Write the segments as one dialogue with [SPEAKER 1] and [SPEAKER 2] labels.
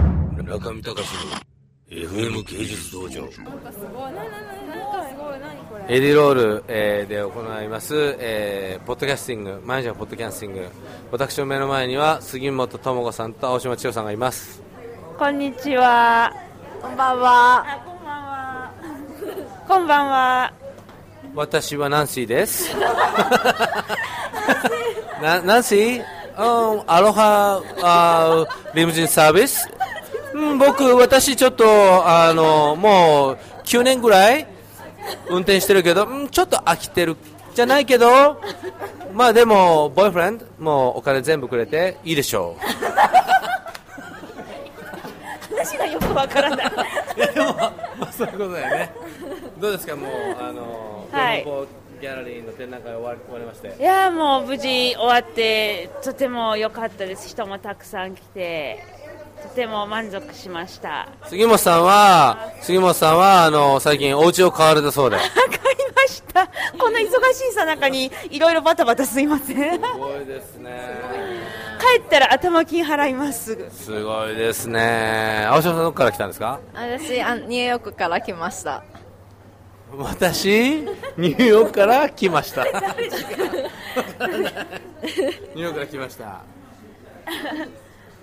[SPEAKER 1] 中見隆の FM 芸術道場
[SPEAKER 2] なんかすごい、ななななんかすごい、何これ。
[SPEAKER 3] エディロール、えーで行います、えーポッドキャスティング、毎日のポッドキャスティング、私の目の前には杉本智子さんと青島千代さんがいます。
[SPEAKER 4] こんにちは。こんばんは。
[SPEAKER 2] あ、こんばんは。
[SPEAKER 4] こんばんは。
[SPEAKER 3] 私はナンシーです。 なナンシー、うん、アロハあーリムジンサービス、うん、僕、私ちょっとあのもう9年ぐらい運転してるけど、うん、ちょっと飽きてるじゃないけど、まあでも、ボーイフレンド、もうお金全部くれていいでしょう。
[SPEAKER 4] 話がよくわからない。
[SPEAKER 3] いやでも、 まあ、そういうことだよね。どうですか、もう、あの、
[SPEAKER 4] はい
[SPEAKER 3] ドームポーギャラリーの展覧会終わり終わりまして
[SPEAKER 4] い。やーもう無事終わってとても良かったです。人もたくさん来てとても満足しました。
[SPEAKER 3] 杉本さんは、杉本さんは、あの、最近お家を買われたそうで。す
[SPEAKER 4] わかりました。こんな忙しいさなかにいろいろバタバタすいません。帰
[SPEAKER 3] ごいですね。
[SPEAKER 4] ったら頭金払います。すぐ
[SPEAKER 3] すごいですね。青島さんどこから来たんですか
[SPEAKER 5] 私あニューヨークから来ました
[SPEAKER 3] 私、ニューヨークから来ま した。ニューヨークから来ました。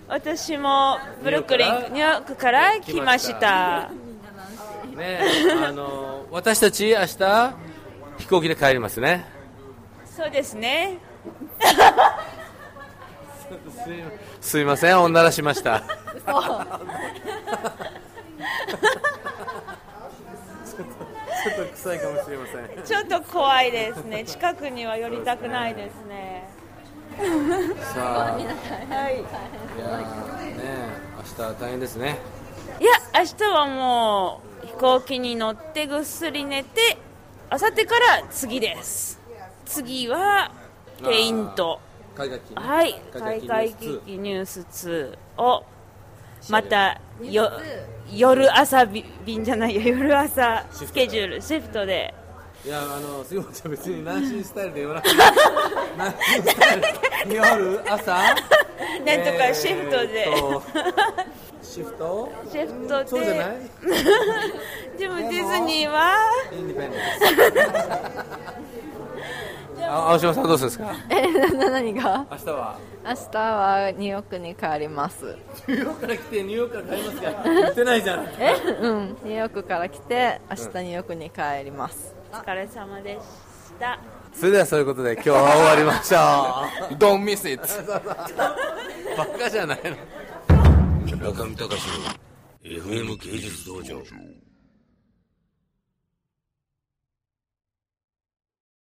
[SPEAKER 4] 私もブルックリンニューヨークから来ました。
[SPEAKER 3] ねえ、あの、私たち明日、飛行機で帰りますね。
[SPEAKER 4] そうですね。
[SPEAKER 3] すいません、おんならしま した。ちょっと臭いかもしれません。
[SPEAKER 4] ちょっと怖いですね。近くには寄りたくないですね。
[SPEAKER 3] さあ、ね
[SPEAKER 4] はい。
[SPEAKER 3] え明日大変ですね。
[SPEAKER 4] いや、明日はもう飛行機に乗ってぐっすり寝て、明後日から次です。次はペイント。
[SPEAKER 3] 海外機
[SPEAKER 4] はい。海外危機ニュース2をまたよ夜朝び便じゃないよ夜朝スケジュールシフトで
[SPEAKER 3] いやあの杉本ちゃん別にナンシースタイルで言 わなくて。ナンシースタイル。夜朝。
[SPEAKER 4] なんとかシフトで
[SPEAKER 3] えーっと。シフト？
[SPEAKER 4] シフトで
[SPEAKER 3] そうじゃない？
[SPEAKER 4] でもディズニーは
[SPEAKER 3] インディ ペンデンス。あ青島さんどうするんですか？
[SPEAKER 5] えなな何が
[SPEAKER 3] 明日 は。
[SPEAKER 5] 明日はニューヨークに帰ります
[SPEAKER 3] ニューヨークから来てニューヨークから帰りますか言ってないじゃん
[SPEAKER 5] えうんニューヨークから来て明日ニューヨークに帰ります、
[SPEAKER 4] お疲れ様でした
[SPEAKER 3] それではそういうことで今日は終わりましょ
[SPEAKER 6] Don't miss it.
[SPEAKER 3] うバカじゃないの
[SPEAKER 1] 中見隆の FM 芸術道場